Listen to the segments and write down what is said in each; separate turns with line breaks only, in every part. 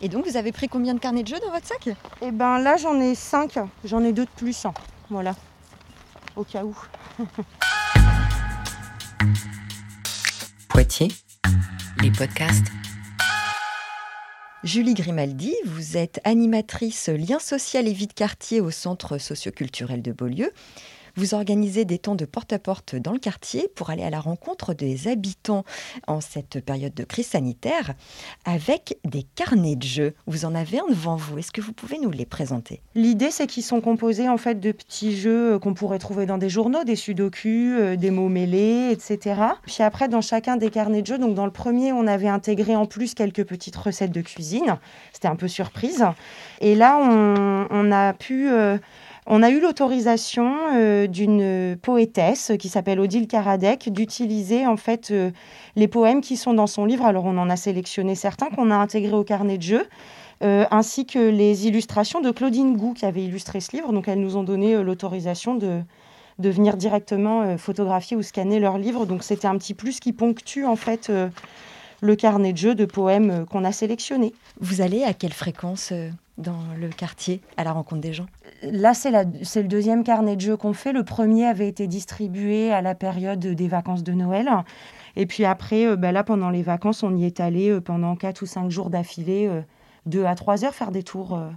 Et donc, vous avez pris combien de carnets de jeu dans votre sac
Et ben là, j'en ai 5. J'en ai deux de plus. hein. Voilà. Au cas où.
Poitiers, les podcasts.
Julie Grimaldi, vous êtes animatrice lien social et vie de quartier au Centre socioculturel de Beaulieu. Vous organisez des temps de porte-à-porte dans le quartier pour aller à la rencontre des habitants en cette période de crise sanitaire avec des carnets de jeux. Vous en avez un devant vous. Est-ce que vous pouvez nous les présenter
L'idée, c'est qu'ils sont composés en fait de petits jeux euh, qu'on pourrait trouver dans des journaux, des sudoku, euh, des mots mêlés, etc. Puis après, dans chacun des carnets de jeux, donc dans le premier, on avait intégré en plus quelques petites recettes de cuisine. C'était un peu surprise. Et là, on, on a pu, euh, on a eu l'autorisation euh, d'une poétesse qui s'appelle Odile Karadec d'utiliser en fait euh, les poèmes qui sont dans son livre. Alors, on en a sélectionné certains qu'on a intégrés au carnet de jeu. Euh, ainsi que les illustrations de Claudine Gou qui avait illustré ce livre. Donc elles nous ont donné euh, l'autorisation de, de venir directement euh, photographier ou scanner leur livre. Donc c'était un petit plus qui ponctue en fait euh, le carnet de jeu de poèmes euh, qu'on a sélectionné.
Vous allez à quelle fréquence euh, dans le quartier à la rencontre des gens
Là, c'est la- c'est le deuxième carnet de jeu qu'on fait. Le premier avait été distribué à la période des vacances de Noël. Et puis après, euh, bah là, pendant les vacances, on y est allé euh, pendant 4 ou 5 jours d'affilée, euh, deux à trois heures, faire des tours euh,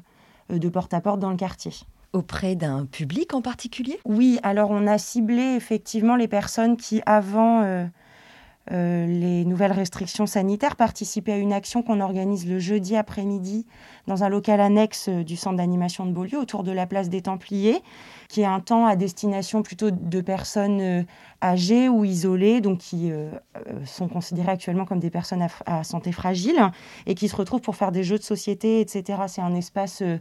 euh, de porte à porte dans le quartier.
Auprès d'un public en particulier
Oui, alors on a ciblé effectivement les personnes qui, avant euh, euh, les nouvelles restrictions sanitaires, participaient à une action qu'on organise le jeudi après-midi dans un local annexe euh, du centre d'animation de Beaulieu, autour de la place des Templiers, qui est un temps à destination plutôt de personnes euh, âgées ou isolées, donc qui euh, euh, sont considérées actuellement comme des personnes à, f- à santé fragile et qui se retrouvent pour faire des jeux de société, etc. C'est un espace euh,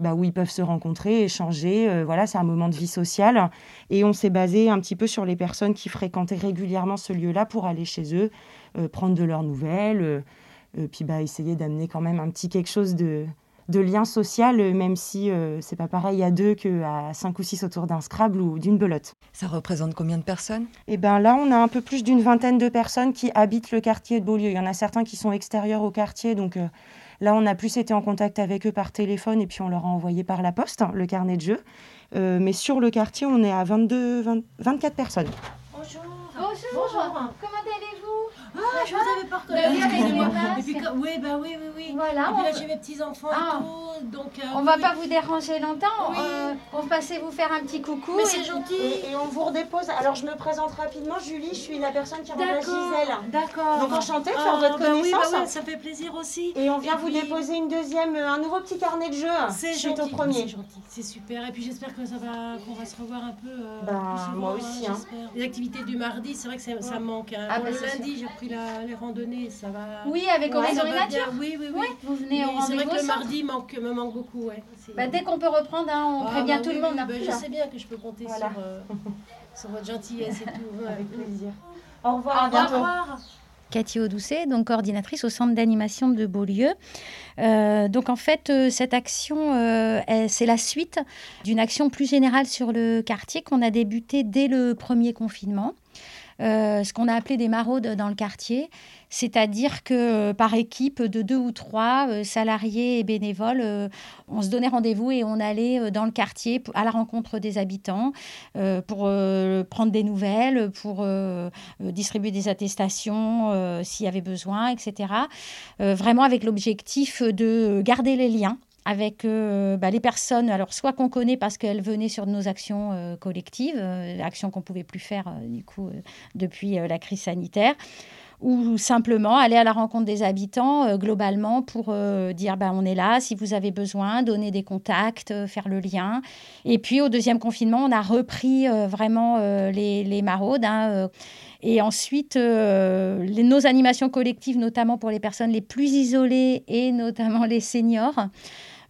bah, où ils peuvent se rencontrer, échanger. euh, voilà, c'est un moment de vie sociale. Et on s'est basé un petit peu sur les personnes qui fréquentaient régulièrement ce lieu-là pour aller chez eux, euh, prendre de leurs nouvelles, euh, euh, puis bah, essayer d'amener quand même un petit quelque chose de, de lien social, euh, même si euh, c'est pas pareil à deux qu'à cinq ou six autour d'un Scrabble ou d'une belote.
Ça représente combien de personnes
Et ben là, on a un peu plus d'une vingtaine de personnes qui habitent le quartier de Beaulieu. Il y en a certains qui sont extérieurs au quartier, donc euh, là, on a plus été en contact avec eux par téléphone et puis on leur a envoyé par la poste hein, le carnet de jeu. Euh, mais sur le quartier, on est à 22, 20 24 personnes.
Bonjour. Comment allez-vous
Ah, je vous avais pas reconnu.
Le lien Bah avec les
Et puis,
masques.
quand- oui, bah oui, oui, oui.
Voilà,
et
on-
puis là, j'ai mes petits-enfants
Ah.
et tout, donc... euh,
On
oui,
va
oui.
pas vous déranger longtemps.
Oui.
euh, on passait vous faire un petit coucou.
Mais
Oh, et
c'est
puis-
gentil.
on vous redépose. Alors, je me présente rapidement. Julie, je suis la personne qui
D'accord, d'accord.
Donc, enchantée de
Ah,
faire votre
bah oui, bah
hein.
connaissance.
oui, ça fait plaisir aussi.
Et on
vient vous déposer
une deuxième, euh, un nouveau petit carnet de jeu.
C'est gentil, c'est gentil, c'est super. Et puis j'espère que ça va, qu'on va se revoir un peu. euh,
Bah,
plus souvent,
moi aussi, hein.
j'espère. Les activités du mardi, c'est vrai que ça, ça me manque. hein.
Ah,
Bon,
bah,
le
c'est
lundi, j'ai repris la- les randonnées, ça va.
Oui, avec
Ouais, ça
Horizon et
va bien.
Nature.
Oui, oui, oui.
Ouais, vous venez
Mais
au
c'est vrai que
rendez-vous. au
le
centre.
mardi manque, me manque beaucoup, ouais. C'est-
Bah, dès qu'on peut reprendre, hein, on
Ah,
prévient
bah
tout
oui,
le monde.
oui,
hein.
bah, je sais bien que je peux compter
Voilà.
sur, euh, sur votre gentillesse et tout. ouais.
Avec plaisir. Au
Au
revoir, à
revoir.
bientôt.
Cathy Audoucet, donc coordinatrice au centre d'animation de Beaulieu. Euh, donc en fait, euh, cette action, euh, elle- c'est la suite d'une action plus générale sur le quartier qu'on a débutée dès le premier confinement. Euh, ce qu'on a appelé des maraudes dans le quartier, c'est-à-dire que euh, par équipe de deux ou trois euh, salariés et bénévoles, euh, on se donnait rendez-vous et on allait euh, dans le quartier p- à la rencontre des habitants euh, pour euh, prendre des nouvelles, pour euh, euh, distribuer des attestations euh, s'il y avait besoin, etc. Euh, vraiment avec l'objectif de garder les liens avec euh, bah, les personnes, alors soit qu'on connaît parce qu'elles venaient sur nos actions euh, collectives, euh, actions qu'on pouvait plus faire euh, du coup euh, depuis euh, la crise sanitaire, ou simplement aller à la rencontre des habitants euh, globalement pour euh, dire bah, on est là si vous avez besoin, donner des contacts, euh, faire le lien. Et puis au deuxième confinement, on a repris euh, vraiment euh, les, les maraudes. hein, euh, et ensuite, euh, les- nos animations collectives, notamment pour les personnes les plus isolées et notamment les seniors,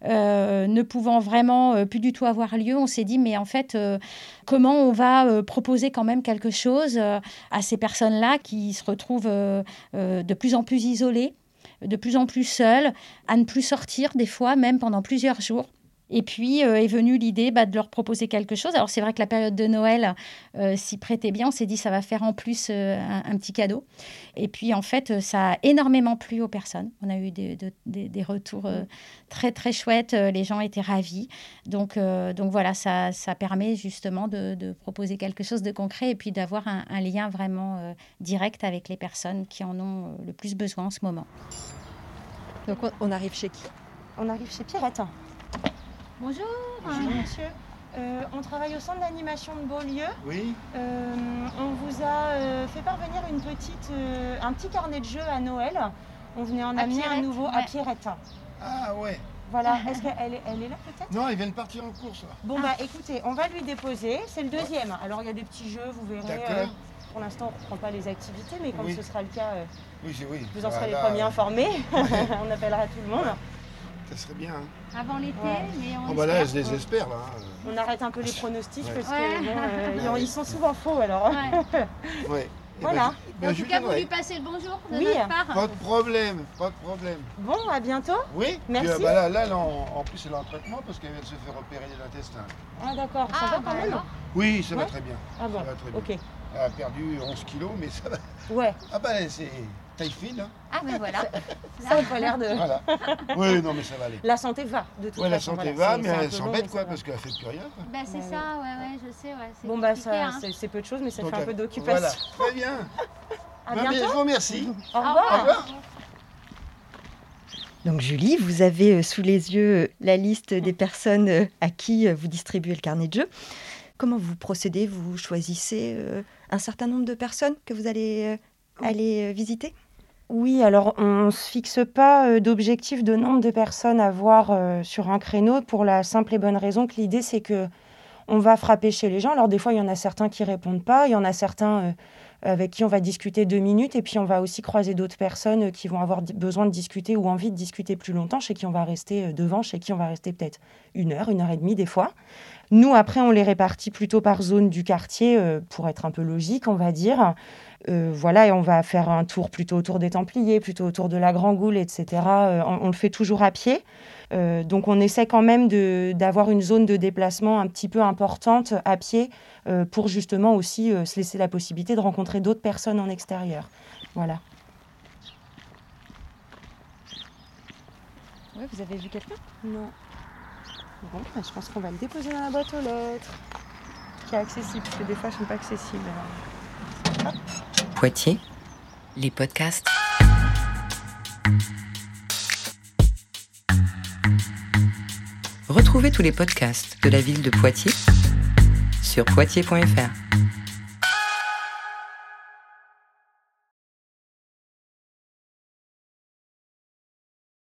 euh, ne pouvant vraiment euh, plus du tout avoir lieu, on s'est dit, mais en fait, euh, comment on va euh, proposer quand même quelque chose euh, à ces personnes-là qui se retrouvent euh, euh, de plus en plus isolées, de plus en plus seules, à ne plus sortir des fois, même pendant plusieurs jours. Et puis euh, est venue l'idée bah, de leur proposer quelque chose. Alors c'est vrai que la période de Noël euh, s'y prêtait bien. On s'est dit ça va faire en plus euh, un, un petit cadeau. Et puis en fait euh, ça a énormément plu aux personnes. On a eu des, de- des- des retours euh, très très chouettes. Euh, Les gens étaient ravis. Donc euh, donc voilà ça, ça permet justement de, de proposer quelque chose de concret et puis d'avoir un, un lien vraiment euh, direct avec les personnes qui en ont euh, le plus besoin en ce moment.
Donc on, on arrive chez qui
On arrive chez Pierrette.
Bonjour.
Bonjour monsieur. Euh, on travaille au centre d'animation de Beaulieu.
Oui,
Euh, on vous a euh, fait parvenir une petite, euh, un petit carnet de jeu à Noël. On venait en
À
amener un
Pierrette,
nouveau à
ouais.
Pierrette.
ah ouais.
Voilà, est-ce qu'elle est, elle est là peut-être
Non, ils viennent partir en course. là.
Ah.
Bon bah écoutez, on va lui déposer, c'est le deuxième. Alors il y a des petits jeux, vous verrez. euh,
D'accord.
pour l'instant, on ne reprend pas les activités, mais comme
Oui. Ah
ce sera le cas, euh,
Oui, j'ai- oui.
vous en serez les
Voilà.
premiers informés. on appellera tout le monde.
Ça serait bien. hein.
Avant l'été,
Ouais.
mais on
Oh bah là,
espère.
je désespère là. hein.
On arrête un peu les pronostics
Ouais.
parce
Ouais.
que bon, euh, ils ont-
Ouais.
ils sont souvent faux alors.
Ouais.
Ouais. Eh ben,
Voilà.
je- ben,
En
je
tout cas, vous
viendrai.
lui passez le bonjour de
Oui. Ah,
notre part.
Pas de problème, pas de problème.
Bon, à bientôt.
Oui
Merci.
Puis, euh, bah là, là, là, en, en plus, elle est en traitement parce qu'elle vient de se faire opérer de l'intestin.
Ah d'accord, ça
Ah,
va
bah
quand même.
alors.
Oui, ça va
Ouais.
très bien.
Ah
Ça
bon,
va très bien.
ok.
Elle a perdu 11 kilos, mais ça va.
Ouais,
Ah bah, c'est taille fine. hein.
Ah, ben voilà.
bah ça n'a pas l'air de.
Voilà. oui, non, mais ça va aller.
La santé va, de toute
Ouais, la
façon.
santé
voilà.
va,
Euh. C'est-
mais
c'est un
elle
peu long, mais
s'embête,
ça
quoi,
va.
parce qu'elle fait plus rien. quoi.
Ben c'est
Ouais,
ça, ouais, ouais, je sais, ouais. c'est
bah Bon, bah,
compliqué,
ça,
hein.
c'est c'est peu de choses, mais ça
Donc,
fait un
euh,
peu
Voilà,
d'occupation.
très bien.
À
Bah, mais
bientôt.
je vous remercie.
Au
Au
revoir.
revoir.
Donc Julie, vous avez euh, sous les yeux euh, la liste des personnes euh, à qui euh, vous distribuez le carnet de jeu. Comment vous procédez Vous choisissez euh, un certain nombre de personnes que vous allez euh, aller euh, visiter
Oui, alors on ne se fixe pas euh, d'objectif de nombre de personnes à voir euh, sur un créneau pour la simple et bonne raison que l'idée c'est que on va frapper chez les gens. Alors des fois il y en a certains qui répondent pas, il y en a certains euh, avec qui on va discuter deux minutes et puis on va aussi croiser d'autres personnes euh, qui vont avoir di- besoin de discuter ou envie de discuter plus longtemps, chez qui on va rester euh, devant, chez qui on va rester peut-être une heure, une heure et demie des fois. Nous après on les répartit plutôt par zone du quartier euh, pour être un peu logique on va dire. Euh, voilà, et on va faire un tour plutôt autour des Templiers, plutôt autour de la Grand Goule, etc. Euh, on, on le fait toujours à pied. Euh, donc on essaie quand même de- d'avoir une zone de déplacement un petit peu importante à pied euh, pour justement aussi euh, se laisser la possibilité de rencontrer d'autres personnes en extérieur. Voilà.
Oui, vous avez vu quelqu'un
Non. Bon, ben, je pense qu'on va le déposer dans la boîte aux lettres, qui est accessible, parce que des fois, elles ne sont pas accessibles. hein. alors.
Poitiers, les podcasts. Retrouvez tous les podcasts de la ville de Poitiers sur poitiers.fr.